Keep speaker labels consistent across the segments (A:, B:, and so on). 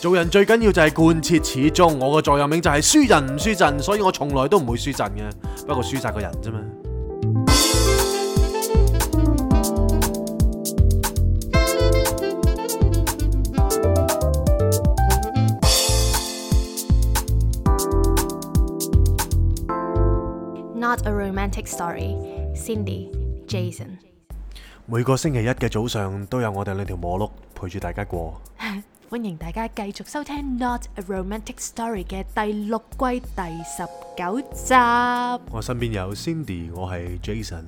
A: 做人最緊要就係貫徹始終。我個座右銘就係輸人唔輸陣，所以我從來都唔會輸陣嘅。不過輸晒個人啫嘛。
B: Not a romantic story. Cindy, Jason。
A: 每個星期一嘅早上都有我哋兩條磨碌陪住大家過。
B: 歡迎大家繼續收聽《Not a Romantic Story》嘅第六季第十九集。
A: 我身邊有 Cindy，我係 Jason。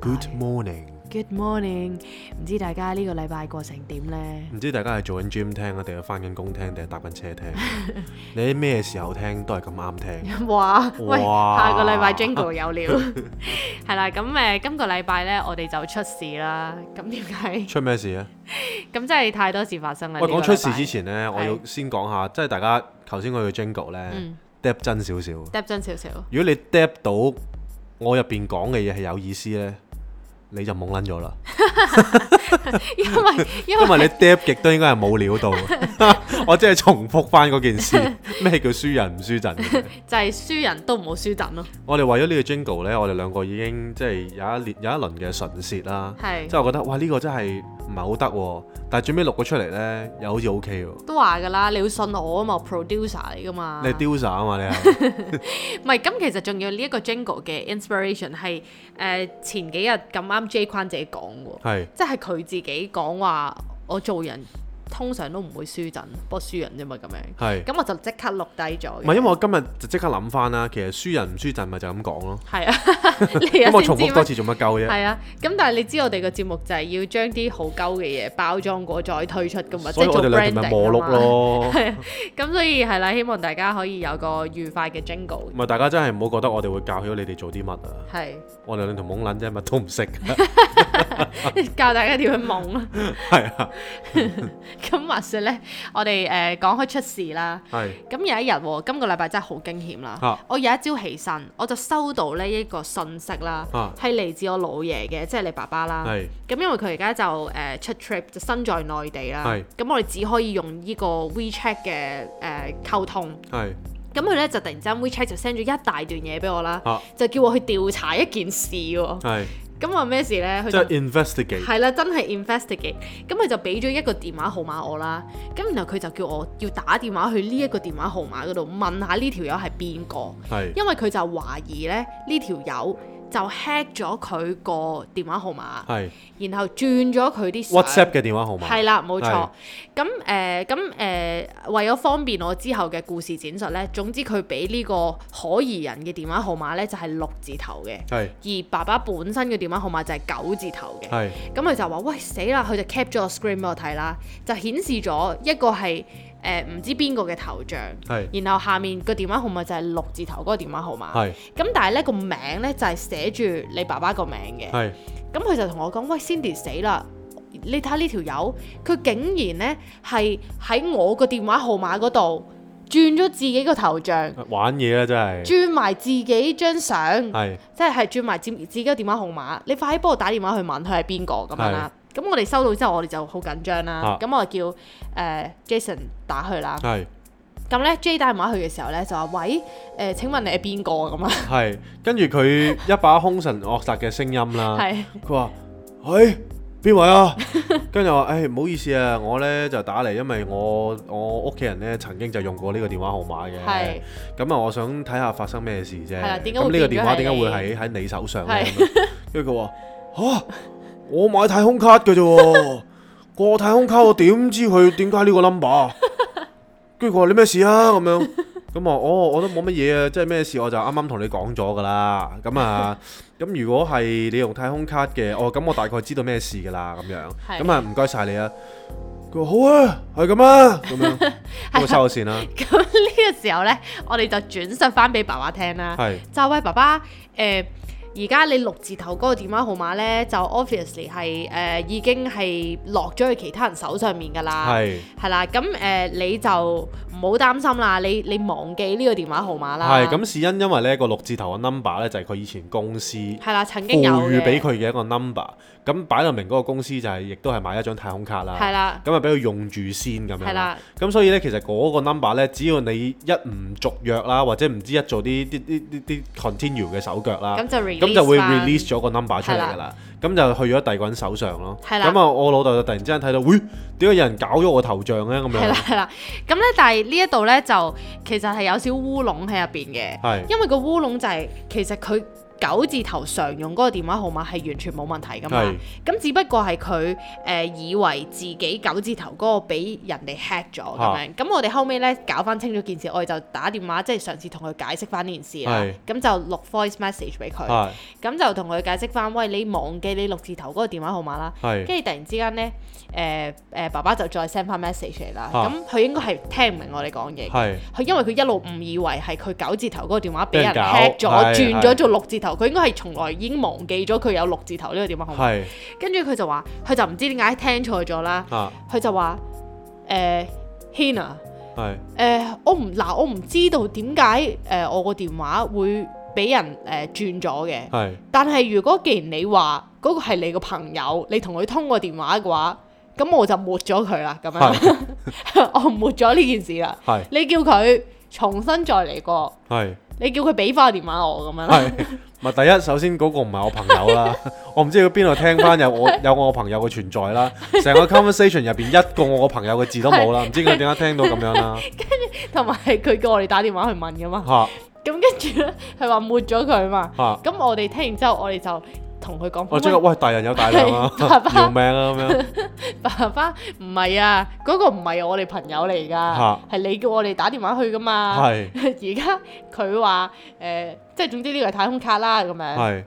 A: Good
B: Hi
A: morning。
B: Good morning，唔知大家呢個禮拜過成點 呢？
A: 唔知大家係做緊 gym 聽啊，定係翻緊工聽，定係搭緊車 聽？你喺咩時候聽都係咁啱聽。
B: 哇！喂，
A: 哇
B: 下個禮拜 Jingle 有料，係啦。咁誒，今個禮拜呢，我哋就出事啦。咁點解？
A: 出咩事啊？
B: 咁真係太多事發生啦。
A: 喂，
B: 呢個
A: 講出
B: 禮
A: 事
B: 拜
A: 之前呢，我
B: 係
A: 要先講下，即係大家頭先我嘅 Jingle 呢
B: 嗯
A: d e p 真少少。
B: ，step 真少 少。
A: 如果你 d e p 到我入邊講嘅嘢係有意思呢，你就懵撚咗啦，
B: 因為因
A: 因為
B: 為
A: 你 d e p 極都應該係冇料 到。 我只係重複翻嗰件事，咩叫輸人唔輸陣嘅啫？
B: 就係輸人都唔好輸陣咯。
A: 我哋為咗呢個 Jingle 呢，我哋兩個已經即係有一列有一輪嘅唇舌啦。
B: 係
A: 即係我覺得哇呢、個真係唔係好得喎，但係最尾錄咗出嚟呢，又好似 O K 喎。
B: 都話㗎啦，你要信我啊嘛我，producer 嚟㗎嘛。
A: 你係 Dilsa 啊嘛，你 係
B: 唔係，咁其實仲要呢一個 Jingle 嘅 inspiration 係誒、呃前幾日咁啱 J 框自己講喎，
A: 係
B: 即係佢自己講話我做人通常都唔會輸陣，不過輸人啫嘛咁樣。
A: 係。
B: 咁我就即刻錄低咗嘅。
A: 唔係因為我今日就即刻諗翻啦，其實輸人唔輸陣咪就咁講咯。
B: 係 啊，你
A: 咁
B: 又
A: 我
B: 先
A: 重
B: 知
A: 複多
B: 咩？
A: 次做乜鳩啫？
B: 係啊，咁但係你知我哋個節目就係要將啲好鳩嘅嘢包裝過再推出噶嘛，即
A: 所以
B: 係
A: 我
B: 做
A: 哋兩條
B: branding
A: 咪磨碌
B: 啊嘛。
A: 咯。
B: 咁所以係啦，希望大家可以有個愉快嘅 jingle。
A: 唔係大家真係唔好覺得我哋會教曉你哋做啲乜啊！
B: 係
A: 我哋兩條懵撚啫，乜都唔 識。
B: 教大家點樣夢啦。
A: 係啊，
B: 咁話說咧，我哋誒、呃、講開出事啦。
A: 係
B: 咁有一日喎，今個禮拜真係好驚險啦！
A: 啊
B: 我有一朝起身，我就收到呢一個信息啦，
A: 啊
B: 係嚟、自我老爺嘅，即係你爸爸啦。
A: 係
B: 咁因為佢而家就誒、呃出 trip，就身在內地啦
A: 係。
B: 咁我哋只可以用呢個 WeChat 嘅誒溝通。
A: 係
B: 咁佢咧就突然之間 WeChat 就 send 咗一大段嘢俾我啦，
A: 啊
B: 就叫我去調查一件事喎。
A: 係，
B: 咁話咩事咧？佢
A: 即
B: 就
A: 係 investigate
B: 係啦，真係 investigate。咁佢就俾咗一個電話號碼我啦，咁然後佢就叫我要打電話去呢一個電話號碼嗰度問下呢條友係邊個，
A: 係
B: 因為佢就懷疑咧呢條友就 hack 咗佢個電話號碼，
A: 係
B: 然後轉咗佢啲相
A: WhatsApp 嘅電話號
B: 係
A: 碼。
B: 啦，冇錯。咁誒，咁誒、呃為咗方便我之後嘅故事展述呢，總之佢俾呢個可疑人嘅電話號碼呢，就係六字頭嘅，
A: 係
B: 而爸爸本身嘅電話號碼就係九字頭嘅。
A: 係
B: 咁佢就話：喂死啦！佢就 cap 咗個 screen 俾我睇啦，就顯示咗一個係誒唔知邊個嘅頭像，
A: 係
B: 然後下面個電話號碼就係六字頭嗰個電話號碼。
A: 係
B: 咁但係呢個名呢，就係寫住你爸爸個名嘅。
A: 係
B: 咁佢就同我講：喂，Cindy 死啦！你睇下呢條友，佢竟然呢係喺我個電話號碼嗰度轉咗自己個頭像，
A: 玩嘢啊啦，真係
B: 轉埋自己張相。
A: 係
B: 即係係轉埋自自己嘅電話號碼，你快啲幫我打電話去問佢係邊個咁樣啦。咁我哋收到之後，我哋就好緊張啦
A: 啊。
B: 咁、我就叫誒、呃 Jason 打佢啦。
A: 係。
B: 咁咧 J 打電話去嘅時候咧，就話：喂，誒、請問你係邊個咁啊？
A: 係，跟住佢一把兇神惡煞嘅聲音啦，
B: 係
A: 佢話：，唉，邊位啊？跟住我話：，唉，唔好意思啊，我呢就打嚟，因為我我屋企人呢曾經就用過呢個電話號碼嘅
B: 係，
A: 咁啊，我想睇下發生咩事啫。
B: 係啦點解
A: 咁呢
B: 會
A: 個電
B: 變咗
A: 話
B: 係
A: 點解會
B: 你
A: 喺喺你手上呢
B: 係
A: 咁樣跟住佢話：，嚇，我買太空卡嘅啫喎， 過太空卡我點知佢點解呢個 number 啊？ 跟住佢話你咩事啊？咁樣咁我哦，我都冇乜嘢啊，即係咩事我就啱啱同你講咗噶啦。咁 啊，咁如果係你用太空卡嘅，哦，咁我大概知道咩事噶啦，咁樣。
B: 係
A: 咁啊，唔該晒你啊。佢話好啊，係咁啊，咁 樣咁我收咗線啦。
B: 咁呢個時候咧，我哋就轉述翻俾爸爸聽啦。
A: 係
B: 就係喂爸爸誒、而家你六字頭嗰個電話號碼呢，就 obviously 係誒、呃已經係落咗去其他人手上面㗎啦。
A: 係
B: 係啦，咁誒、呃你就唔好擔心啦，你你忘記呢個電話號碼啦。
A: 係咁，是因因為呢個六字頭嘅 number 呢，就係佢以前公司賦
B: 係啦，曾經有
A: 予
B: 嘅
A: 俾佢嘅一個 number，咁擺到明嗰個公司就係亦都係買一張太空卡啦，
B: 係啦，
A: 咁啊俾佢用住先咁樣
B: 係
A: 啦。
B: 啦，
A: 咁所以咧，其實嗰個 number 咧，只要你一唔續約啦，或者唔知一做啲啲啲啲啲 continue 嘅手腳啦，
B: 咁就
A: 啊
B: release
A: 咁就會
B: 返
A: release 咗個 number 出嚟㗎
B: 係
A: 啦。咁就去咗第二個人手上咯。
B: 係啦
A: 咁啊，我老豆就突然之間睇到，喂，點解有人搞咗我頭像咧？咁
B: 係啦
A: 樣
B: 係啦，咁咧但係呢一度咧就其實係有少烏龍喺入邊嘅，
A: 係
B: 因為個烏龍就係、其實佢九字頭常用嗰個電話號碼係完全冇問題噶嘛
A: 係，
B: 咁啊只不過係佢誒以為自己九字頭嗰個俾人哋 hack 咗咁
A: 啊
B: 樣，咁我哋後尾咧搞翻清楚件事，我哋就打電話即係嘗試同佢解釋翻呢件事啦
A: 係，
B: 咁就錄 voice message 俾佢，
A: 係
B: 咁就同佢解釋翻，喂你忘記你六字頭嗰個電話號碼啦。
A: 係
B: 跟住突然之間咧，誒、誒、爸爸就再 send 翻 message 嚟啦。
A: 啊
B: 咁佢、應該係聽唔明我哋講嘢，
A: 係
B: 佢因為佢一路誤以為係佢九字頭嗰個電話俾
A: 俾
B: 人
A: 人搞
B: hack 咗，
A: 係
B: 轉
A: 係
B: 咗做六字頭。佢應該係從來已經忘記咗佢有六字頭呢個電話號碼。
A: 係
B: 跟住佢就話，佢就唔知點解聽錯咗啦。
A: 啊
B: 佢就話誒 Hina。
A: 係
B: 誒、我唔嗱，我唔知道點解誒我個電話會俾人誒、呃轉咗嘅。
A: 係
B: 但係如果既然你話嗰、個係你個朋友，你同佢通過電話嘅話，咁我就抹咗佢啦，咁樣
A: 係
B: 我抹咗呢件事啦。
A: 係
B: 你叫佢重新再嚟過，
A: 係
B: 你叫佢俾翻個電話我咁樣 啦。
A: 係。咪第一，首先嗰個唔係我朋友 啦，我唔知佢邊度聽翻有我有我朋友嘅存在啦，成個 conversation 入邊一個我朋友嘅字都冇啦，唔知佢點解聽到咁樣 啦
B: 同埋佢叫我哋打電話去問噶嘛，
A: 嚇
B: 咁跟住咧佢話抹咗佢嘛，
A: 嚇。
B: 咁我哋聽完之後我哋就同佢講，
A: 我即刻喂大人有大量 啊，
B: 係爸爸
A: 要命啊咁 樣，
B: 爸爸唔係啊，嗰、個唔係我哋朋友嚟㗎
A: 嚇，
B: 係你叫我哋打電話去㗎嘛。
A: 係
B: 而家佢話誒，即係總之呢個係太空卡啦咁樣。
A: 係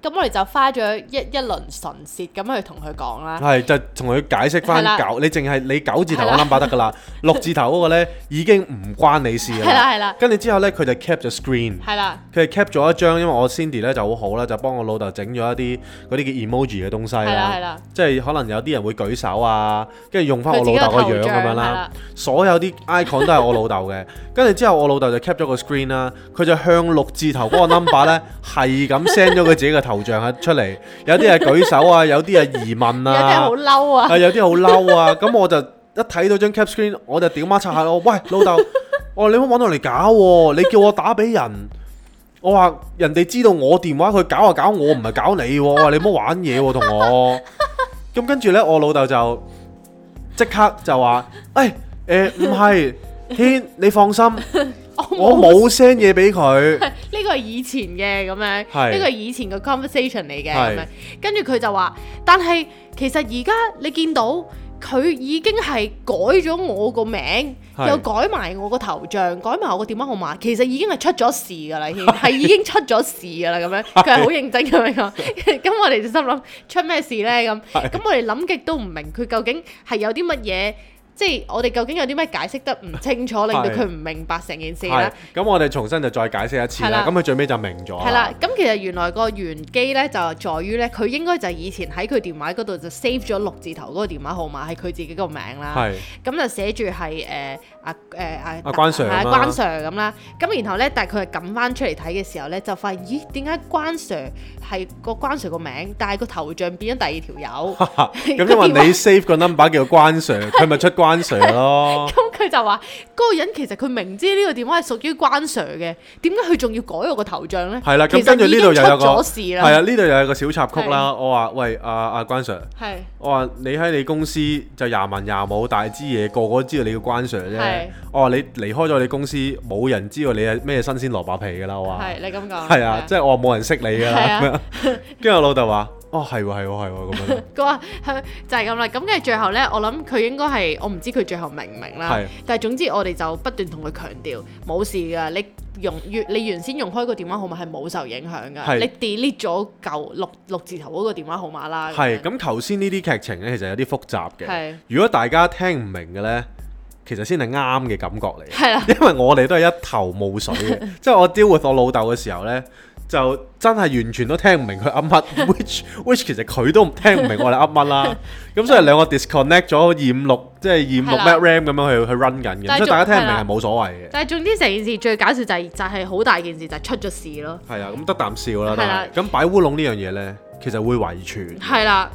B: 咁我哋就花咗一一輪唇舌咁去同佢講啦。
A: 係就同佢解釋翻
B: 係啦
A: 九，你淨係你九字頭
B: 係啦
A: 嗰 number 得㗎啦，六字頭嗰個咧已經唔關你事㗎
B: 係啦係啦
A: 跟住之後咧，佢就 cap 咗 screen。
B: 係啦，
A: 佢係 cap 咗一張，因為我 Cindy 咧就好好啦，就幫我老豆整咗一啲嗰啲嘅 emoji 嘅東西
B: 係啦
A: 啦，
B: 係啦，
A: 即係啊可能有啲人會舉手啊，跟住用翻
B: 佢
A: 我
B: 自己
A: 老豆
B: 個
A: 個
B: 頭
A: 樣
B: 像
A: 咁樣
B: 係
A: 啦。
B: 啦，
A: 所有啲 icon 都係我老豆嘅，跟住之後我老豆就 cap 咗個 screen 啦，佢就向六字頭嗰個 number 呢，係咁 send 咗佢自己嘅頭像喺出嚟，有啲係舉手啊，有啲係疑問
B: 有啲人
A: 啊
B: 好，嬲 啊，
A: 啊有啲好嬲啊，咁我就一睇到張 cap screen，我就屌媽擦下我，喂老 豆，我話你唔好揾我嚟搞喎、你叫我打俾人。我話人哋知道我電話，佢搞啊搞我，唔係搞你喎、我話你唔好玩嘢喎、同我。咁跟住呢，我老豆就即刻就話：，誒誒唔係，軒你放心， 我
B: 我冇。
A: 冇 send 嘢俾佢。
B: 呢個係以前嘅咁樣，呢個
A: 係
B: 係以前嘅 conversation 嚟嘅
A: 係
B: 咁樣。跟住佢就話，但係其實而家你見到佢已經係改咗我個名，
A: 係
B: 又改埋我個頭像，改埋我個電話號碼，其實已經係出咗事㗎啦，已 經係已經出咗事㗎啦咁樣。佢係好認真咁樣講，咁我哋就心諗出咩事呢？咁，
A: 係
B: 咁我哋諗極都唔明佢究竟係有啲乜嘢。即係我哋究竟有啲咩解釋得唔清楚，令到
A: 係
B: 佢唔明白成件事
A: 係
B: 啦。
A: 咁，我哋重新就再解釋一次
B: 係
A: 啦
B: 啦。
A: 咁佢最尾就明咗。
B: 係啦，咁其實原來個玄機咧就係在於咧，佢應該就係以前喺佢電話嗰度就 save 咗六字頭嗰個電話號碼係佢自己個名啦，
A: 係
B: 咁就寫住係誒阿誒阿
A: 阿關 Sir
B: 係啊
A: 啦
B: 關 Sir 咁啦，咁然後咧，但係佢係撳翻出嚟睇嘅時候咧，就發現咦點解關 Sir 係個關 Sir 個名，但係個頭像變咗第二條友，
A: 咁，因為你 save 個 number 叫關 Sir，佢咪出關 Sir 咯。
B: 咁佢就話嗰個人其實佢明知呢個電話係屬於關 Sir 嘅，點解佢仲要改我個頭像咧？
A: 係啦，
B: 其
A: 咁
B: 實
A: 跟住
B: 已經
A: 呢度又有
B: 出
A: 個
B: 咗事
A: 係啊，
B: 啦，
A: 呢度又有個小插曲啦。我話喂，阿阿關 Sir，
B: 係
A: 我話你喺你公司就廿文廿武，大支嘢個個都知道你叫關 Sir 啫
B: 係。
A: 我話你離開咗你公司，冇人知道你係咩新鮮蘿蔔皮㗎啦。我話
B: 係你咁講
A: 係啊，即係我話冇人識你㗎啦。
B: 係
A: 咁樣 跟住我老豆話：哦，係喎，係喎，係喎，咁樣咯。
B: 佢話係啊就係咁啦，咁跟住最後呢，我諗佢應該係我唔知佢最後明唔明啦
A: 係。
B: 但係總之我哋就不斷同佢強調冇事㗎，你用原你原先用開個電話號碼係冇受影響㗎，
A: 係
B: 你 delete 咗舊六六字頭嗰個電話號碼啦。
A: 係
B: 樣
A: 咁，頭先呢啲劇情咧，其實有啲複雜嘅
B: 係。
A: 如果大家聽唔明嘅呢，其實先係啱嘅感覺嚟。
B: 係啦，
A: 因為我哋都係一頭霧水嘅，即係我 deal with 我老豆嘅時候呢，就真係完全都聽唔明佢噏乜，which which 其實佢都聽唔明我哋噏乜啦。咁所以兩個 disconnect 咗二五六，即係二
B: 係啦
A: 五六 MAC RAM 咁樣去去 run 緊嘅，
B: 但
A: 所
B: 係仲
A: 以大家聽唔明
B: 係啦
A: 係冇所謂嘅。
B: 但係總之成件事最搞笑就係就係好大件事就係出咗事咯，
A: 係啊，咁得啖笑啦。
B: 係啦
A: 但係咁擺烏龍呢樣嘢呢，其實會遺傳。
B: 係啦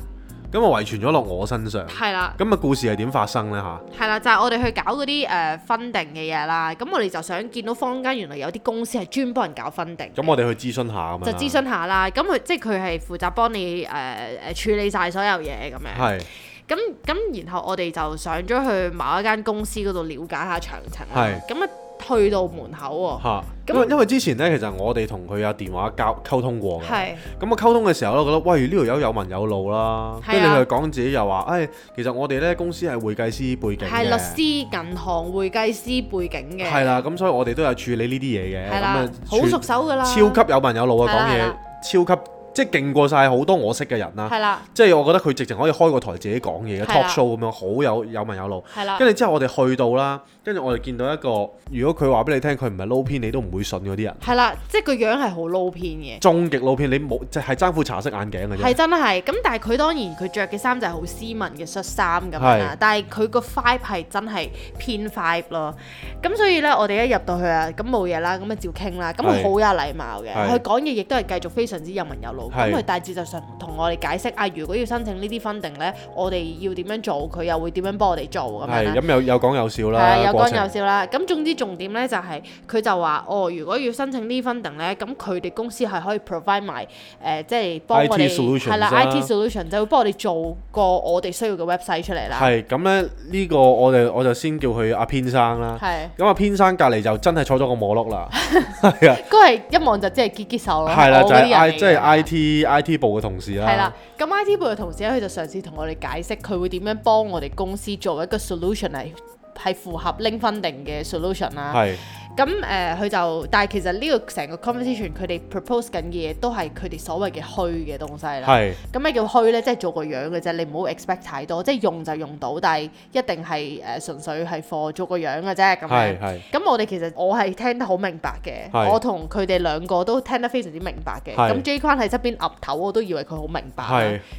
A: 咁啊遺傳咗落我身上。
B: 係啦。
A: 咁啊故事係點發生呢？吓？
B: 係啦，就係、我哋去搞嗰啲誒分定嘅嘢啦。咁我哋就想見到坊間原來有啲公司係專幫人搞分定嘅。
A: 咁我哋去諮詢下咁樣啦。
B: 就諮詢下啦。咁佢即係佢係負責幫你誒誒、呃處理晒所有嘢咁樣。
A: 係
B: 咁咁然後我哋就上咗去某一間公司嗰度了解下詳情啦。
A: 係
B: 咁啊去到門口
A: 嚇。
B: 咁
A: 因為因為之前呢，其實我哋同佢有電話交溝通過
B: 喎，
A: 嘅。
B: 係
A: 咁啊我溝通嘅時候咧，我覺得喂呢條友有文有路啦，
B: 係
A: 跟
B: 啊
A: 住佢講自己又話，誒、其實我哋咧公司係會計師背景嘅，
B: 係律師、銀行、會計師背景嘅，
A: 係啦，咁所以我哋都有處理呢啲嘢嘅，
B: 係
A: 咁
B: 啦
A: 啊，
B: 好熟手噶啦，
A: 超級有文有路啊，
B: 係啦
A: 講嘢超級即係勁過晒好多我識嘅人啦，
B: 係啦
A: 即係我覺得佢直情可以開個台自己講嘢嘅
B: 係啦啊
A: talk show 咁樣，好有有文有路。
B: 係啦
A: 跟，住之後我哋去到啦，跟住我哋見到一個，如果佢話俾你聽佢唔係撈偏，你都唔會信嗰啲人，
B: 係啦，即係個樣係好撈片嘅。
A: 終極撈偏，你冇就係爭副茶色眼鏡嘅啫。
B: 係真係，咁但係佢當然佢着嘅衫就係好斯文嘅恤衫咁樣啦
A: 係，
B: 但係佢個 vibe 係真係偏 vibe 咯。咁所以呢，我哋一入到去啊，咁冇嘢啦，咁啊照傾啦，咁
A: 係
B: 佢好有禮貌嘅，
A: 係
B: 佢講嘢亦都係繼續非常之有文有路。咁
A: 係
B: 佢大致就上同我哋解釋啊，如果要申請呢啲 funding 呢，我哋要點樣做，佢又會點樣幫我哋做咁樣
A: 係
B: 啦。
A: 咁有有講有笑
B: 係啊
A: 啦，
B: 有
A: 過
B: 講
A: 程
B: 有笑啦。咁總之重點呢，就係、佢就話哦，如果要申請呢 funding 呢，咁佢哋公司係可以 provide 埋誒、呃即係幫我
A: IT
B: 哋
A: solutions 啊
B: 係啦
A: 啦
B: ，IT solution 就會幫我哋做個我哋需要嘅 website 出嚟啦。
A: 係咁咧，呢、個我哋我就先叫佢阿偏生啦。
B: 係，啊
A: 咁阿偏生隔離就真係坐咗個摩碌 啦，係啊，
B: 嗰個係一望就即係結結手咯。
A: 係啦，
B: 哦我
A: 就
B: 嗰啲
A: 係 I
B: 人嚟
A: 即
B: 㗎
A: 係 I T 啊 I T 部嘅同事啦。
B: 係啦，咁 IT 部嘅同事咧，佢就嘗試同我哋解釋佢會點樣幫我哋公司做一個 solution 係係符合 link funding 嘅 solution 啊啦。
A: 係，
B: 咁誒，呃佢、就但係其實呢個成個 conversation 佢哋 propose 緊嘅嘢都係佢哋所謂嘅虛嘅東西啦。
A: 係
B: 咁咩叫虛呢？即係做個樣嘅啫，你唔好 expect 太多，即係用就用到，但係一定係誒、呃、純粹係 for 做個樣嘅啫咁
A: 係
B: 樣。
A: 係
B: 咁我哋其實我係聽得好明白
A: 係
B: 嘅，我同佢哋兩個都聽得非常之明白嘅。
A: 係
B: 咁 J 框喺側邊岌頭，我都以為佢好明白啦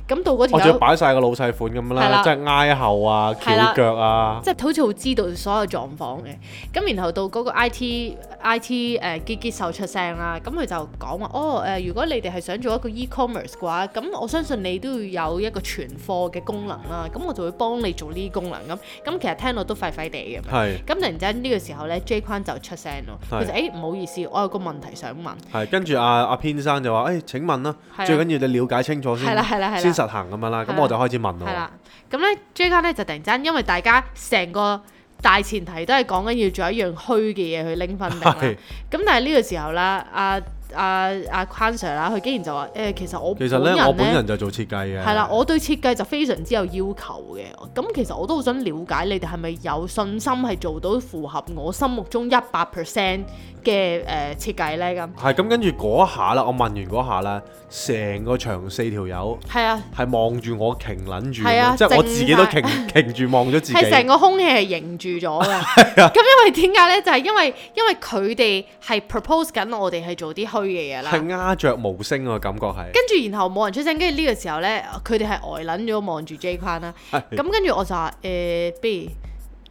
A: 係。，
B: 咁到嗰
A: 我
B: 條
A: 仲要
B: 友，
A: 擺晒個老細款咁
B: 係
A: 啦，
B: 啦
A: 即係挨後啊、
B: 係啦
A: 翹腳啊，
B: 即係好似好知道所有狀況嘅。咁然後到嗰個 I T I T 誒結結手出聲啦，咁佢就講話哦誒、呃如果你哋係想做一個 e-commerce 嘅話，咁我相信你都要有一個存貨嘅功能啦。咁我就會幫你做呢啲功能咁。咁其實聽落都廢廢地咁樣。
A: 係
B: 咁突然之間呢個時候咧，J 框就出聲咯。
A: 係哦
B: 佢就誒唔好意思，我有個問題想問。
A: 係。跟住阿阿偏生就話：誒，請問啦
B: 係，啦啊
A: 最緊要你了解清楚先
B: 係啦係啦係啦，
A: 先實行咁樣啦。咁
B: 係啦
A: 我就開始問
B: 係
A: 啦。
B: 啦，咁咧 J 卡咧就突然間，因為大家成個大前提都係講緊要做一樣虛嘅嘢去拎分定啦。
A: 係
B: 咁但係呢個時候啦，阿阿阿框 Sir 啦，佢竟然就話誒、其實我
A: 其實咧，
B: 呢
A: 我本人就做設計嘅。
B: 係啦，我對設計就非常之有要求嘅。咁其實我都好想了解你哋係咪有信心係做到符合我心目中一百 percent 嘅誒設計咧？咁
A: 係咁，跟住嗰一下啦，我問完嗰下啦，成個場四條友。
B: 係啊。
A: 係望住我，擎撚住咁
B: 係啊
A: 樣，即係我
B: 靜
A: 自己都
B: 晒
A: 擎擎住望咗自己。啊
B: 係成個空氣係凝住 咗嘅。咁因為點解咧？就係、因為因為佢哋係 propose 緊我哋係做啲虛嘅嘢啦。
A: 係鴉雀無聲啊，感覺係。
B: 跟住然後冇人出聲，跟住呢個時候咧，佢哋係呆撚咗望住 J 框啦。
A: 係
B: 咁跟住我就話誒、不如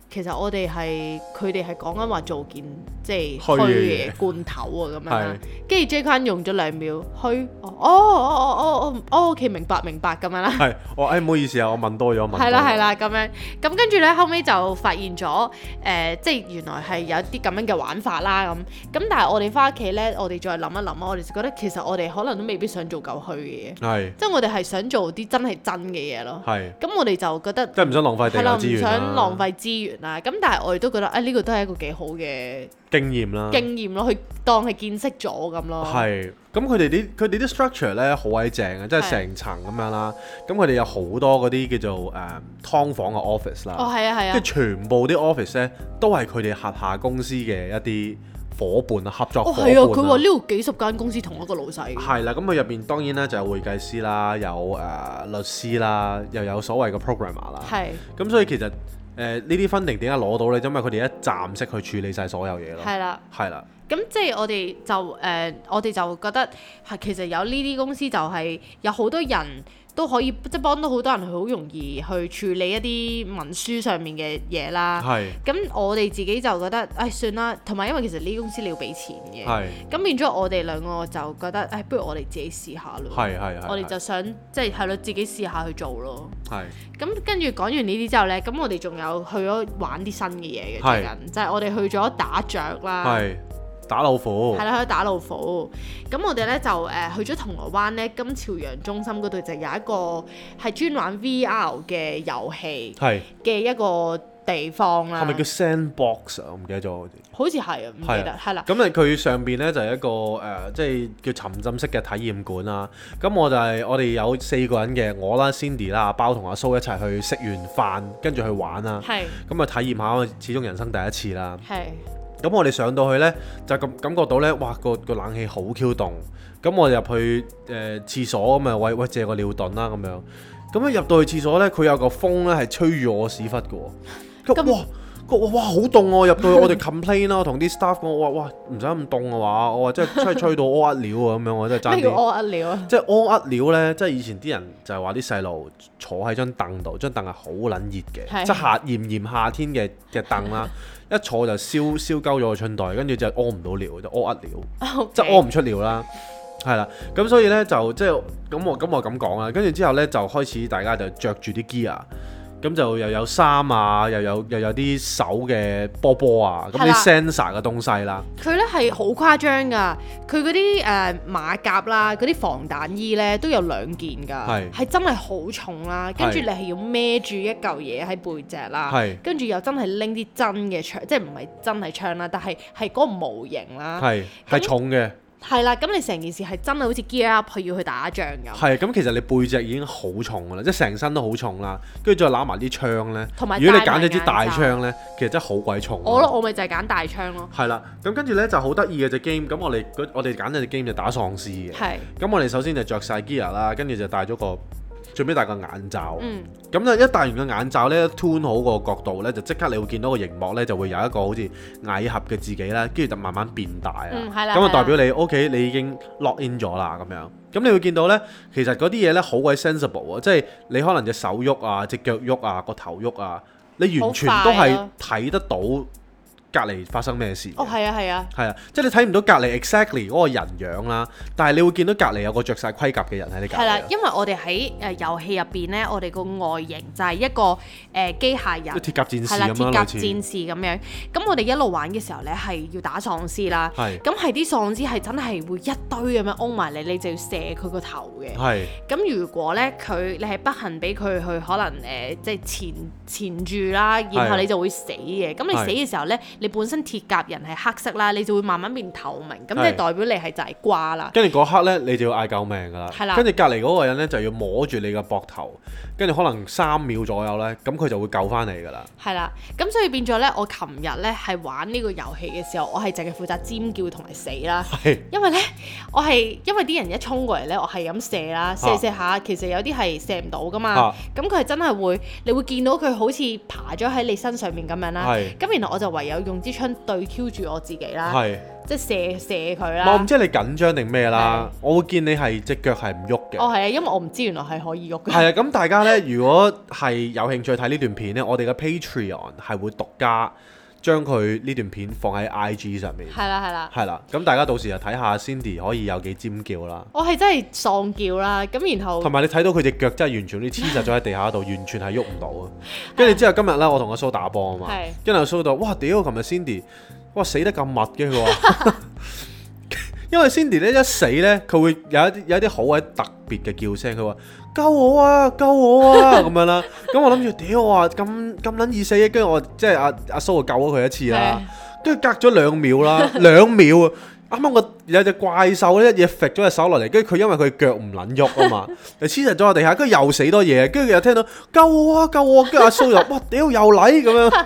B: 其實我哋係佢哋係講緊話做件即係
A: 虛
B: 虛
A: 嘅
B: 嘅嘢罐頭啊咁樣啦。跟住 J 框用咗兩秒虛，哦哦哦哦哦哦，OK 明白明白咁樣啦。
A: 係，我誒唔好意思啊，我問多咗，我問多咗。
B: 係啦係啦咁樣，咁跟住咧後尾就發現咗誒、呃即係原來係有啲咁樣嘅玩法啦咁。咁但係我哋翻屋企咧，我哋再諗一諗啊，我哋就覺得其實我哋可能都未必想做夠虛嘅嘢，
A: 係
B: 即係我哋係想做啲真係真嘅嘢咯。
A: 係，
B: 咁我哋就覺得
A: 即係唔想浪費
B: 係
A: 地
B: 啦，
A: 球
B: 唔
A: 資源啊啦
B: 想浪費資源啦。咁但係我哋都覺得啊，呢、個都係一個幾好嘅
A: 經驗啦。
B: 經驗咯，去當係見識咗咁咯。
A: 嗯係，啊咁佢哋啲佢哋啲 structure 咧好鬼正啊，即係
B: 係
A: 成層咁樣啦。咁佢哋有好多嗰啲叫做誒劏房嘅 office
B: 哦，
A: 啦，
B: 係啊，係
A: 即
B: 啊
A: 係。全部啲 office 咧都係佢哋轄下公司嘅一啲伙伴啊，合作
B: 哦，
A: 伙伴
B: 係啊，佢話
A: 啊
B: 呢度幾十間公司同一個老細嘅。
A: 係啊啦，咁佢入邊當然啦，就有呃會計呃師啦，有誒、律師啦，又有所謂嘅 programmer 啦。
B: 係
A: 咁所以其實誒呢啲 funding 點解攞到呢？因為佢哋一站式去處理晒所有嘢咯。
B: 係啦。
A: 係啦，
B: 咁即係我哋就誒、呃我哋就覺得係其實有呢啲公司就係有好多人都可以即係幫到好多人，佢好容易去處理一啲文書上面嘅嘢啦。
A: 係
B: 咁我哋自己就覺得，唉、算啦。同埋因為其實呢啲公司你要俾錢嘅，
A: 係
B: 咁變咗我哋兩個就覺得，唉、不如我哋自己試下咯。
A: 係係係。
B: 我哋就想即係係咯，自己試下去做咯。
A: 係
B: 咁跟住講完呢啲之後呢，咁我哋仲有去咗玩啲新嘅嘢嘅最
A: 係
B: 近，就係我哋去咗打雀啦。
A: 係打老虎
B: 啊係啦，去打老虎。咁我哋咧就誒、呃去咗銅鑼灣咧金朝陽中心嗰度就有一個係專玩 VR 嘅遊戲
A: 係
B: 嘅一個地方啦。
A: 係咪叫 sandbox 啊？我唔記得咗好似。
B: 好似係啊，唔記
A: 係
B: 得
A: 啊
B: 係啦。
A: 咁啊，佢上邊咧就係一個誒、呃即係叫沉浸式嘅體驗館啦。咁我就係、我哋有四個人嘅，我啦、Cindy 啦、阿包同阿蘇一齊去食完飯，跟住去玩啦。
B: 係
A: 咁啊，體驗下，因為始終人生第一次啦。
B: 係
A: 咁我哋上到去呢，就感感覺到呢，哇個個冷氣好 Q 凍。咁我入去誒、呃、廁所咁啊，喂喂借個尿遁啦咁樣。咁一入到去廁所呢，佢有個風呢係吹住我屎忽嘅喎。
B: 咁
A: 咁哇！佢話哇好凍喎！入到去我哋 complain 啦，我同啲 staff 講我話哇唔使咁凍嘅啊話，我話真係真係吹到屙呃尿啊咁樣，我真係 爭
B: 咩叫
A: 啲。
B: 屙尿啊？
A: 即係屙呃尿呢，即係以前啲人就係話啲細路坐喺張凳度，張凳係好撚熱
B: 係
A: 嘅，即係夏炎炎夏天嘅嘅凳 啦，一坐就燒燒鳩咗個春袋，跟住就屙唔到尿，就屙呃尿，即係屙唔出尿啦。係啦，咁所以呢，就即係咁我咁我咁講啦，跟住之後呢，就開始大家就着住啲 gear，咁就又有衫啊，又有又有啲手嘅波波啊，咁
B: 係啦
A: 啲 sensor 嘅東西啦，
B: 佢咧係好誇張㗎，佢嗰啲誒馬甲啦，嗰啲防彈衣咧都有兩件㗎，
A: 係
B: 係真係好重啦。跟住
A: 係
B: 你係要孭住一嚿嘢喺背脊啦
A: 係，
B: 跟住又真係拎啲真嘅槍，即係唔係真係槍啦，但係係嗰個模型啦，
A: 係係重嘅。
B: 係啦。咁你成件事係真係好似 gear up 去要去打仗咁，
A: 係，咁其實你背脊已經好重噶啦，即係成身都好重啦，跟住再揦埋啲槍咧。
B: 同埋
A: 如果你
B: 戴
A: 揀
B: 埋
A: 咗支
B: 眼
A: 大
B: 罩
A: 槍咧，其實真係好鬼重。
B: 我咯，我咪就係揀大槍咯，
A: 係啦，咁跟住咧就好得意嘅只 game，咁我哋嗰我哋揀咗只 game 就打喪屍嘅。
B: 係，
A: 咁我哋首先就着晒 gear 啦，跟住就戴咗個最尾戴個眼罩。
B: 嗯，
A: 咁就一戴完個眼罩咧，turn 好個角度咧，就即刻你會見到個熒幕咧就會有一個好似蟻俠嘅自己啦，跟住就慢慢變大啊。
B: 嗯係啦
A: 咁
B: 係
A: 啊
B: 啦
A: 代表你 OK，你已經 lock in 咗啦咁樣。咁你會見到咧，其實嗰啲嘢咧好鬼 sensible 啊，即係你可能隻手喐啊、隻腳喐啊、個頭喐啊，你完全
B: 好
A: 都
B: 快啊
A: 係睇
B: 咯
A: 得到隔離發生咩事嘅。
B: 哦係啊係啊，
A: 係啊，即係你睇唔到隔離 exactly 嗰個人樣啦，但係你會見到隔離有個着晒盔甲嘅人喺你隔
B: 係啦
A: 離，啊，
B: 因為我哋喺誒遊戲入邊咧，我哋個外形就係一個誒機械人
A: 即係。鐵甲戰士
B: 係啦，
A: 咁樣啊
B: 鐵甲
A: 類似，
B: 戰士咁樣。咁我哋一路玩嘅時候呢，係要打喪屍啦。
A: 係
B: 咁係啲喪屍係真係會一堆咁樣擁埋你，你就要射佢個頭嘅。
A: 係
B: 咁如果呢，佢你係不幸俾佢去可能誒、呃即係纏纏住啦，然後
A: 係啊
B: 你就會死嘅。咁你
A: 係
B: 死嘅時候呢，你本身鐵甲人係黑色啦，你就會慢慢變透明，咁即係
A: 係
B: 代表你係就係瓜啦。
A: 跟住嗰刻咧，你就要嗌救命㗎啦
B: 係啦。
A: 跟住隔離嗰個人咧就要摸住你嘅膊頭，跟住可能三秒左右咧，咁佢就會救翻你㗎啦。
B: 係啦，咁所以變咗呢，我琴日呢係玩呢個遊戲嘅時候，我係淨係負責尖叫同埋死啦。
A: 係
B: 因為咧，我係因為啲人一衝過嚟咧，我係咁射啦，射射下，其實有啲係射唔到噶嘛
A: 啊。
B: 咁佢係真係會，你會見到佢好似爬咗喺你身上面咁樣啦。
A: 係
B: 咁然後我就唯有用支槍對 Q 住我自己啦，
A: 係。
B: 即係射射佢
A: 我唔
B: 啦。
A: 知你緊張定咩啦，我會見你係隻腳係唔喐
B: 哦，
A: 嘅。
B: 係啊，因為我唔知原來係可以喐嘅。
A: 係啊，咁大家 咧，如果係有興趣睇呢段片咧，我哋嘅 Patreon 係會獨家將佢呢段片放喺 IG 上面。
B: 係啦，係啦。
A: 係啦，咁大家到時就睇下 Cindy 可以有幾尖叫啦。
B: 我係真係喪叫啦，咁然後
A: 同埋你睇到佢隻腳真係完全好似黐實咗喺地 下度，完全係喐唔到啊！跟住之後今日咧，我同阿蘇打波啊嘛
B: 係，
A: 跟住阿蘇到，哇屌！琴日 Cindy，哇死得咁密嘅佢話，因為 Cindy 咧一死咧，佢會有一啲有一啲好鬼特別嘅叫聲，佢話救我啊，救我啊咁樣啦。咁我諗住屌我話咁咁撚易死嘅，跟住我即係阿阿蘇就救咗佢一次啦。跟住隔咗兩秒啦，兩秒啊！啱啱個有隻怪獸咧，一嘢揈咗隻手落嚟，跟住佢因為佢腳唔撚喐啊嘛，就黐實咗喺地下，跟住又死多嘢，跟住又聽到救我啊救我啊，跟住阿蘇又哇屌又嚟咁樣，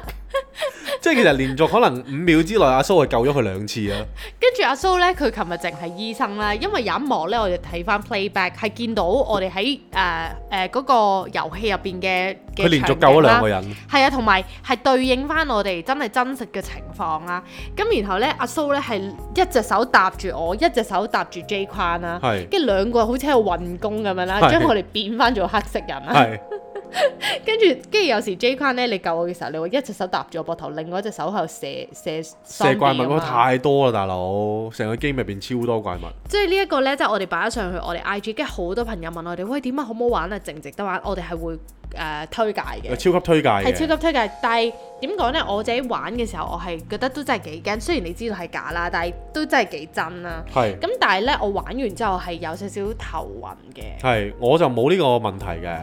A: 即係其實連續可能五秒之內，阿蘇係救咗佢兩次啊！
B: 跟住阿蘇咧，佢琴日淨係醫生啦，因為有一幕咧，我哋睇翻 playback 係見到我哋喺誒誒嗰個遊戲入邊嘅嘅
A: 佢連續
B: 場景
A: 救咗
B: 啦
A: 兩個人，
B: 係啊，同埋係對應翻我哋真係真實嘅情況啦。咁然後咧，阿蘇咧係一隻手搭住我，一隻手搭住 J 框啦，
A: 係
B: 跟住兩個好似喺度運功咁樣啦，
A: 係
B: 將我哋變翻做黑色人啦。
A: 係
B: 跟住跟住有時 J 框咧，你救我嘅時候，你會一隻手搭住我膊頭，另外一隻手喺度射射
A: 射怪物
B: zombie
A: 嗰
B: 啊嘛
A: 太多啦，大佬，成個 game 入邊超多怪物。
B: 即係呢一個呢，即係我哋擺咗上去我哋 IG，跟住好多朋友問我哋，喂點啊，好唔好玩啊，值唔值得玩？我哋係會誒、呃推介
A: 有
B: 嘅，
A: 超級推介
B: 係超
A: 嘅，
B: 級推介。但係點講呢？我自己玩嘅時候，我係覺得都真係幾驚。雖然你知道係假啦，但係都真係幾真啦。
A: 係
B: 咁但係呢，我玩完之後係有少少頭暈嘅。
A: 係，我就冇呢個問題嘅。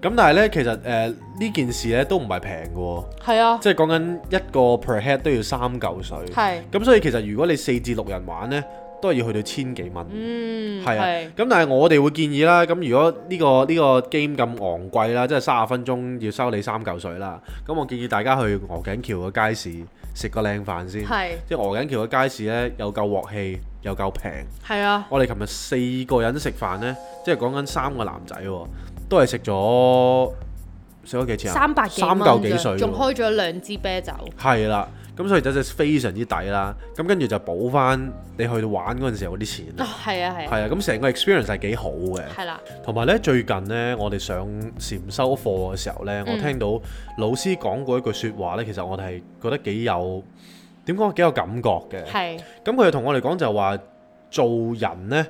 A: 咁但係呢，其實誒呃呢、件事呢都唔係平嘅喎，
B: 係啊，
A: 即係講緊一個 per head 都要三嚿水。
B: 係，啊
A: 咁所以其實如果你四至六人玩呢，都係要去到千幾蚊。
B: 嗯，
A: 係啊
B: 係，
A: 咁但係我哋會建議啦，咁如果呢、個呢、個 game 咁昂貴啦，即係三十分鐘要收你三嚿水啦，咁我建議大家去鵝頸橋嘅街市食個靚飯先。
B: 係，
A: 即係鵝頸橋嘅街市呢，又夠鑊氣，又夠平。
B: 係啊，
A: 我哋琴日四個人食飯呢，即係講緊三個男仔喎，都係食咗食咗幾錢啊？
B: 三百幾
A: 三
B: 蚊
A: 嚿幾水
B: 咋
A: 喎
B: 仲開咗兩支啤酒。
A: 係啦，咁所以就真係非常之抵啦。咁跟住就補翻你去玩嗰陣時候嗰啲錢
B: 啊
A: 啦。，
B: 係啊，係啊，
A: 係啊，咁成個 experience 係幾好嘅。
B: 係啦，
A: 同埋咧，最近呢，我哋上禪修課嘅時候呢，我聽到老師講過一句説話呢，其實我哋係覺得幾有點講幾有感覺嘅。
B: 係，
A: 咁佢就同我哋講就係話做人呢，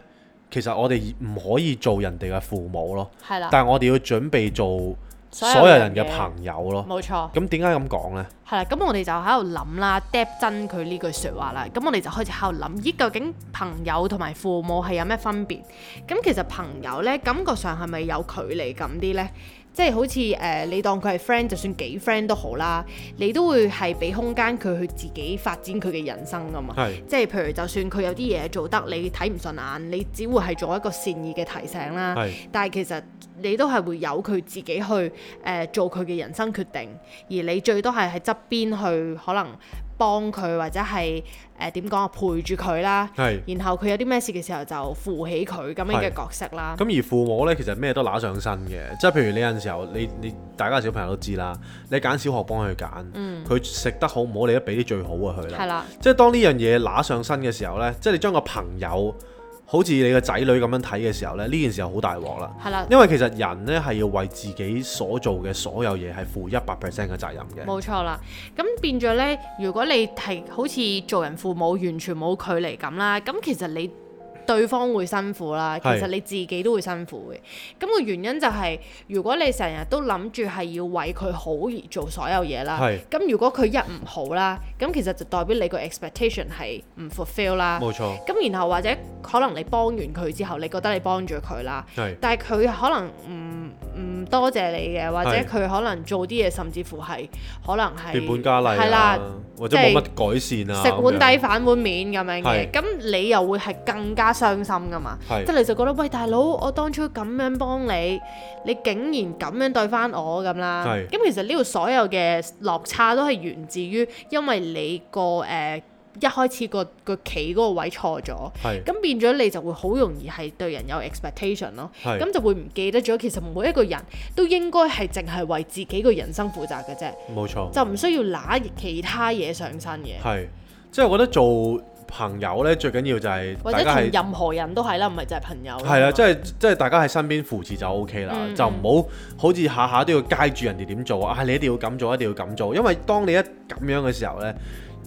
A: 其實我哋唔可以做人哋嘅父母咯，
B: 係啦，
A: 但係我哋要準備做
B: 啊所有
A: 所有人嘅
B: 人嘅
A: 朋友咯。
B: 冇錯。
A: 咁點解咁講呢？
B: 係啦，咁我哋就喺度諗啦 d e p 真佢呢句説話啦，咁我哋就開始喺度諗，咦究竟朋友同埋父母係有咩分別？咁其實朋友呢，感覺上係咪有距離感啲呢？即係好似誒、呃你當佢係 friend，就算幾 friend 都好啦，你都會係俾空間佢去自己發展佢嘅人生噶嘛。
A: 係
B: 即係譬如，就算佢有啲嘢做得你睇唔順眼，你只會係做一個善意嘅提醒啦。
A: 係
B: 但係其實你都係會由佢自己去誒、呃做佢嘅人生決定，而你最多係喺側邊去可能幫佢或者係誒點講啊陪住佢啦。
A: 係。
B: 然後佢有啲咩事嘅時候就扶起佢咁樣嘅
A: 係
B: 角色啦。
A: 咁而父母呢，其實咩都揦上身嘅，即係譬如你有陣時候，你你大家小朋友都知啦，你揀小學幫佢揀，佢食、得好唔好，你都俾啲最好嘅佢
B: 嗯係
A: 啦。
B: 啦，
A: 即係當呢樣嘢揦上身嘅時候呢，即係你將個朋友好似你個仔女咁樣睇嘅時候呢，呢件事就好大鑊啦。
B: 係啦，
A: 因為其實人呢係要為自己所做嘅所有嘢係負一百 percent 嘅責任嘅，
B: 冇錯啦。咁變咗呢，如果你係好似做人父母完全冇距離感啦，咁其實你對方會辛苦啦，其
A: 係
B: 實你自己都會辛苦嘅。咁、個原因就係、如果你成日都諗住係要為佢好而做所有嘢啦
A: 係，
B: 咁如果佢一唔好啦，咁其實就代表你個 expectation 係唔 fulfill 啦。
A: 冇錯，
B: 咁然後或者可能你幫完佢之後，你覺得你幫咗佢啦，
A: 係
B: 但係佢可能唔唔多謝你嘅，或者
A: 係
B: 佢可能做啲嘢，甚至乎係可能係
A: 變本加
B: 係
A: 厲
B: 啦
A: 啊，，或者冇乜改善啊，
B: 食碗底
A: 咁樣
B: 反碗面咁樣嘅，
A: 係
B: 咁你又會係更加傷心噶嘛？
A: 係
B: 即係你就覺得喂大佬，我當初咁樣幫你，你竟然咁樣對翻我咁啦。
A: 係
B: 咁其實呢度所有嘅落差都係源自於因為你個誒、呃一開始個個企嗰個位錯咗，
A: 係
B: 咁變咗你就會好容易係對人有 expectation 咯。
A: 係
B: 咁就會唔記得咗，其實每一個人都應該係淨係為自己個人生負責嘅啫，
A: 冇錯，
B: 就唔需要揦其他嘢上身嘅。
A: 係即係我覺得做朋友呢，最緊要就係
B: 或
A: 大
B: 者
A: 家
B: 同
A: 係。
B: 任何人都係啦，唔係就係朋友。
A: 係啦，即係即係大家喺身邊扶持就 O K 啦，
B: 嗯
A: 就唔好好似下下都要街住人哋點做啊！你一定要咁做，一定要咁做，因為當你一咁樣嘅時候呢，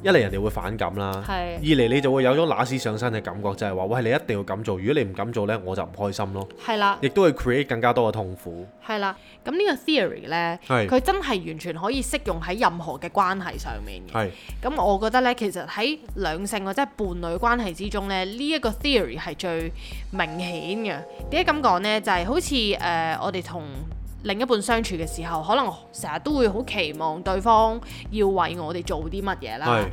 A: 一嚟人哋會反感啦，
B: 係
A: 二嚟你就會有種揦屎上身嘅感覺，就係話喂你一定要咁做，如果你唔咁做呢，我就唔開心咯，
B: 係啦，
A: 亦都會 create 更加多嘅痛苦。
B: 係啦。咁呢個 theory 呢，
A: 係
B: 佢真係完全可以適用喺任何嘅關係上面嘅。
A: 係
B: 咁我覺得呢，其實喺兩性或者係伴侶關係之中呢，呢、一個 theory 係最明顯嘅。點解咁講呢？就係、好似誒、呃我哋同另一半相處嘅時候，可能成日都會好期望對方要為我哋做啲乜嘢啦
A: 係。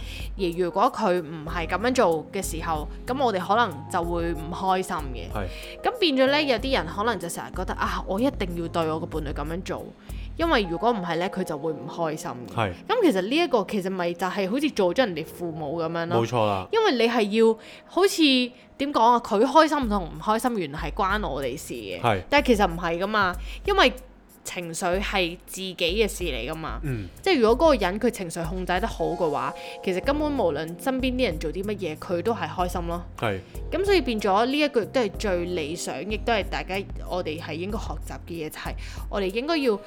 B: 而如果佢唔係咁樣做嘅時候，咁我哋可能就會唔開心嘅。
A: 係
B: 咁變咗呢，有啲人可能就成日覺得啊，我一定要對我個伴侶咁樣做，因為如果唔係咧，佢就會唔開心嘅。
A: 係
B: 咁其實呢一個其實咪就係好似做咗人哋父母咁樣
A: 冇。
B: 咯
A: 錯啦，
B: 因為你係要好似點講啊？佢開心同唔開心原來係關我哋事嘅，
A: 係
B: 但係其實唔係噶嘛，因為情緒係自己嘅事嚟噶嘛。
A: 嗯
B: 即係如果嗰個人佢情緒控制得好嘅話，其實根本無論身邊啲人做啲乜嘢，佢都係開心咯。
A: 係
B: 咁所以變咗呢一句都係最理想，亦都係大家我哋係應該學習嘅嘢，就係、我哋應該要誒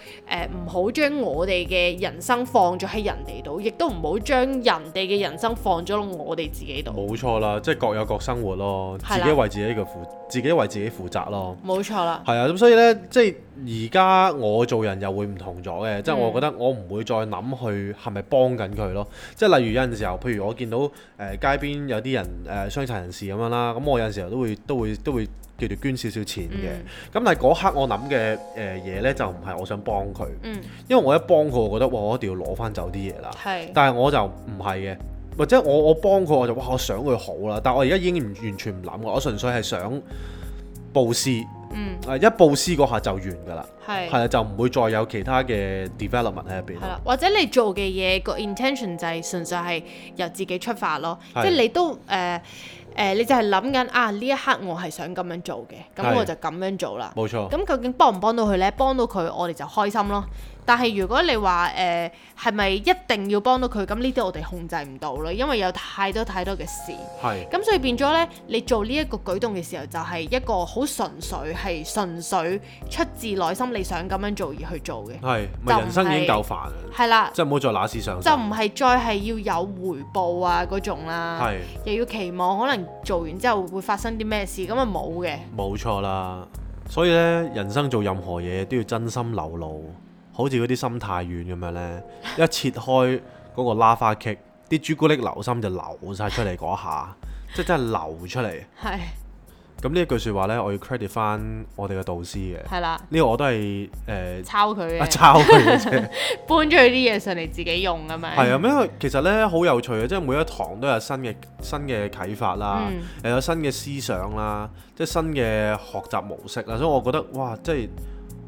B: 唔好將我哋嘅人生放咗喺人哋度，亦都唔好將人哋嘅人生放咗落我哋自己度。
A: 冇錯啦，即係各有各生活咯，
B: 係
A: 自
B: 啦
A: 己為自己嘅負，自己為自己負責咯。
B: 冇錯啦，
A: 係啊，咁所以呢，即係而家我做人又會唔同咗嘅，即
B: 嗯
A: 係我覺得我唔會再諗去係咪幫緊佢咯。即係例如有陣時候，譬如我見到誒、呃街邊有啲人誒、呃、傷殘人士咁樣啦，咁我有陣時候都會都會都會叫做捐少少錢嘅。
B: 嗯
A: 咁、但係嗰刻我諗嘅誒嘢呢，就唔係我想幫佢，
B: 嗯，
A: 因為我一幫佢，我覺得哇，我一定要攞翻走啲嘢啦。
B: 係，
A: 但係我就唔係嘅，或者我我幫佢我就哇我想佢好啦，但係我而家已經唔完全唔諗嘅，我純粹係想佈施，
B: 嗯，
A: 誒一佈施嗰下就完㗎啦，
B: 係，
A: 係啊就唔會再有其他嘅 development 喺入邊
B: 係。啦，或者你做嘅嘢個 intention 就係純粹係由自己出發咯，即
A: 係
B: 係你都誒誒、呃你就係諗緊啊呢一刻我係想咁樣做嘅，咁
A: 係
B: 我就咁樣做啦。
A: 冇錯，
B: 咁究竟幫唔幫到佢呢？幫到佢，我哋就開心咯。但係如果你話誒係咪一定要幫到佢？咁呢啲我哋控制唔到啦，因為有太多太多嘅事。
A: 係
B: 咁所以變咗呢，你做呢一個舉動嘅時候，就係一個好純粹係純粹出自內心你想咁樣做而去做嘅，
A: 係，
B: 就
A: 咪
B: 唔
A: 人生已經
B: 係
A: 夠煩啦，
B: 係啦，
A: 嗯即係唔好再揦屎上身。
B: 就唔係再係要有回報啊嗰種啦，
A: 係
B: 又要期望可能做完之後會發生啲咩事，咁啊冇嘅，
A: 冇錯啦。所以呢，人生做任何嘢都要真心流露，好似嗰啲心太軟咁樣呢， 一切開嗰個拉花棘，啲朱古力流心就流晒出嚟嗰下，即係真係流出嚟。
B: 係
A: 咁呢一句説話呢，我要 credit 翻我哋嘅導師嘅，
B: 係啦，
A: 呢個我都係誒
B: 抄佢
A: 啊
B: 嘅。
A: 抄佢嘅啫。
B: 搬咗佢啲嘢上嚟自己用咁樣。
A: 係啊，因為其實咧好有趣嘅，即係每一堂都有新嘅新嘅啟發啦，
B: 嗯
A: 又有新嘅思想啦，即係新嘅學習模式啦，所以我覺得哇，即係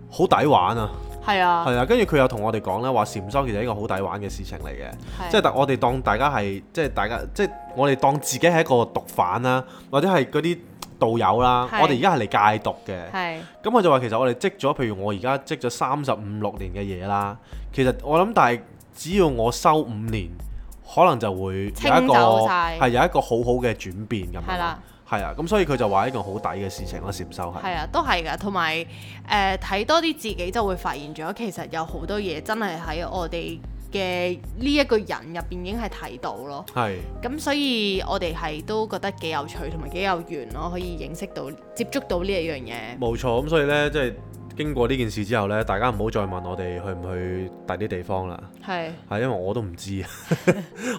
A: 好抵玩啊！
B: 係啊，
A: 係啊，跟住佢又同我哋講咧，話禪修其實係一個好抵玩嘅事情嚟嘅，
B: 係
A: 即係我哋當大家係即係大家即係我哋當自己係一個毒販啦，或者係嗰啲道友啦，
B: 係
A: 我哋而家係嚟戒毒嘅。
B: 係
A: 咁我就話其實我哋積咗，譬如我而家積咗三十五六年嘅嘢啦，其實我諗，但係只要我收五年，可能就會有一
B: 清
A: 個
B: 走晒
A: 係有一個好好嘅轉變咁樣。
B: 係啦，
A: 係啊，咁所以佢就話一個好抵嘅事情咯，禪修係。
B: 係啊，都係㗎。同埋誒睇多啲自己就會發現咗，其實有好多嘢真係喺我哋嘅呢一個人入邊已經係睇到咯。
A: 係
B: 咁所以我哋係都覺得幾有趣同埋幾有緣咯，可以認識到接觸到呢一樣嘢。
A: 冇錯，咁所以呢，即係經過呢件事之後呢，大家唔好再問我哋去唔去第啲地方啦。
B: 係
A: 係因為我都唔知，啊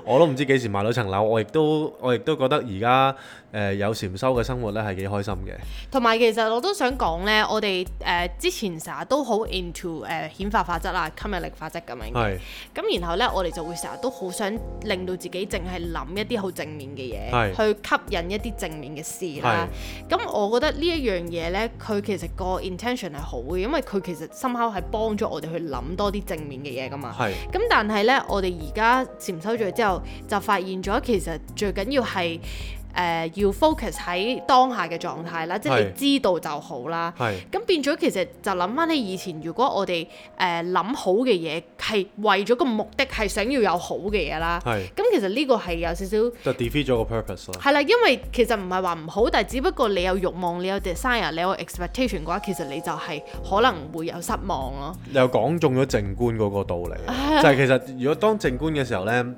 A: 我都唔知幾時買到層樓，我亦都我亦都覺得而家誒有禪修嘅生活呢係幾開心嘅。
B: 同埋其實我都想講呢，我哋誒、呃之前成日都好 into 誒、呃、顯化法則啦、吸引力法則咁樣嘅
A: 係
B: 咁然後呢，我哋就會成日都好想令到自己淨係諗一啲好正面嘅嘢，
A: 係
B: 去吸引一啲正面嘅事啦。咁我覺得呢一樣嘢呢，佢其實個 intention 係好嘅，因為佢其實深刻係幫咗我哋去諗多啲正面嘅嘢噶嘛。
A: 係
B: 咁但係呢，我哋而家禪修咗之後，就發現咗其實最緊要係誒、呃要 focus 喺當下嘅狀態啦，即係你知道就好啦。
A: 係。
B: 咁變咗其實就諗翻起以前，如果我哋誒諗好嘅嘢係為咗個目的係想要有好嘅嘢啦，
A: 係
B: 咁其實呢個係有少少
A: 就 defeat 咗個 purpose 咯。
B: 係啦，因為其實唔係話唔好，但係只不過你有慾望、你有 desire、你有 expectation 嘅話，其實你就係可能會有失望咯。
A: 又講中咗靜觀嗰個道理，啊
B: 啊
A: 就係其實如果當靜觀嘅時候呢，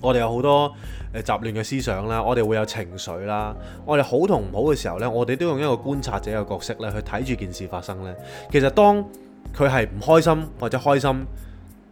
A: 我哋有好多誒雜亂嘅思想啦，我哋會有情緒啦，我哋好同唔好嘅時候呢，我哋都用一個觀察者嘅角色咧去睇住件事發生呢。其實當佢係唔開心或者開心，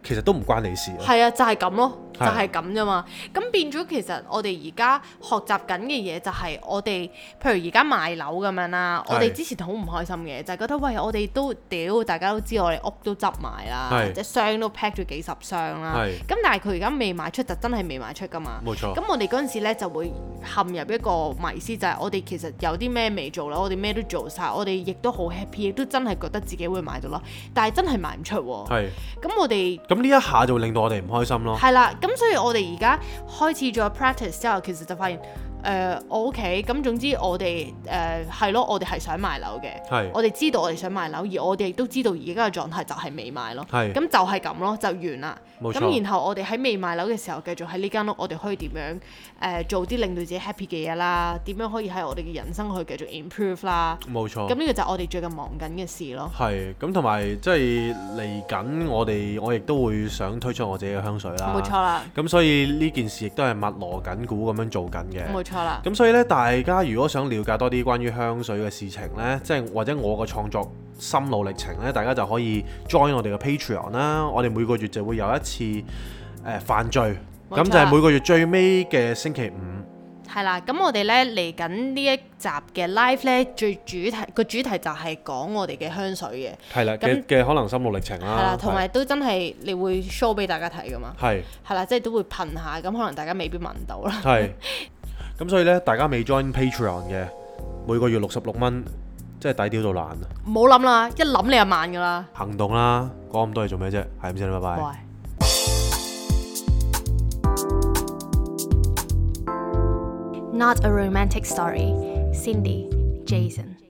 A: 其實都唔關你事啊。
B: 係啊，就係咁咯，
A: 係
B: 就
A: 啊
B: 係咁啫嘛。咁變咗其實我哋而家學習緊嘅嘢就係我哋，譬如而家賣樓咁樣啦，
A: 係
B: 我哋之前好唔開心嘅，就係覺得喂，我哋都屌，大家都知我哋屋都執埋啦，
A: 係
B: 即係箱都 pack 咗幾十箱啦。
A: 係
B: 咁但係佢而家未賣出，就真係未賣出噶嘛。
A: 冇錯
B: 咁，我哋嗰陣時咧就會陷入一個迷思，就係、我哋其實有啲咩未做啦，我哋咩都做晒，我哋亦都好 happy，亦都真係覺得自己會買到啦，但係真係賣唔出喎。
A: 係
B: 咁我哋
A: 咁呢一下就會令到我哋唔開心咯。
B: 係啦，咁所以我哋而家開始咗 practice 之後，其實就發現誒、呃我 OK，咁總之我哋誒係咯，我哋係想買樓嘅
A: 係，
B: 我哋知道我哋想買樓，而我哋亦都知道而家嘅狀態就係未買咯，
A: 係
B: 咁就係咁咯，就完啦。
A: 冇錯
B: 咁然後我哋喺未買樓嘅時候，繼續喺呢間屋，我哋可以點樣誒、呃做啲令到自己 happy 嘅嘢啦？點樣可以喺我哋嘅人生去繼續 improve 啦？
A: 冇錯
B: 咁。呢個就係我哋最近忙緊嘅事咯。
A: 係咁，同埋即係嚟緊，我哋我亦都會想推出我自己嘅香水啦。
B: 冇錯啦，
A: 咁所以呢件事亦都係密鑼緊鼓咁樣做緊嘅。
B: 冇錯啦，
A: 咁所以咧，大家如果想了解多啲關於香水嘅事情呢，即係或者我個創作心路歷程呢，大家就可以 join 我哋嘅 Patreon 啦。我哋每個月就會有一次誒、呃犯罪，
B: 冇錯
A: 咁就係每個月最尾嘅星期五，
B: 係啦，咁我哋咧嚟緊呢一集嘅 live 咧，最主題個主題就係講我哋嘅香水嘅，
A: 係啦
B: 咁
A: 嘅嘅可能心路歷程
B: 係啦
A: 啦，，
B: 同埋都真係你會 show 俾大家睇噶嘛，
A: 係
B: 係啦，即係都會噴下，咁可能大家未必聞到 啦，
A: 係。咁所以呢，大家未 join Patreon 嘅，每個月六十六蚊，真係抵屌到爛啊！
B: 唔好諗啦，一諗你就慢噶啦，
A: 行動啦，講咁多嘢做咩啫？係咁先啦，拜拜
B: 喂。。
C: Not a romantic story. Cindy, Jason.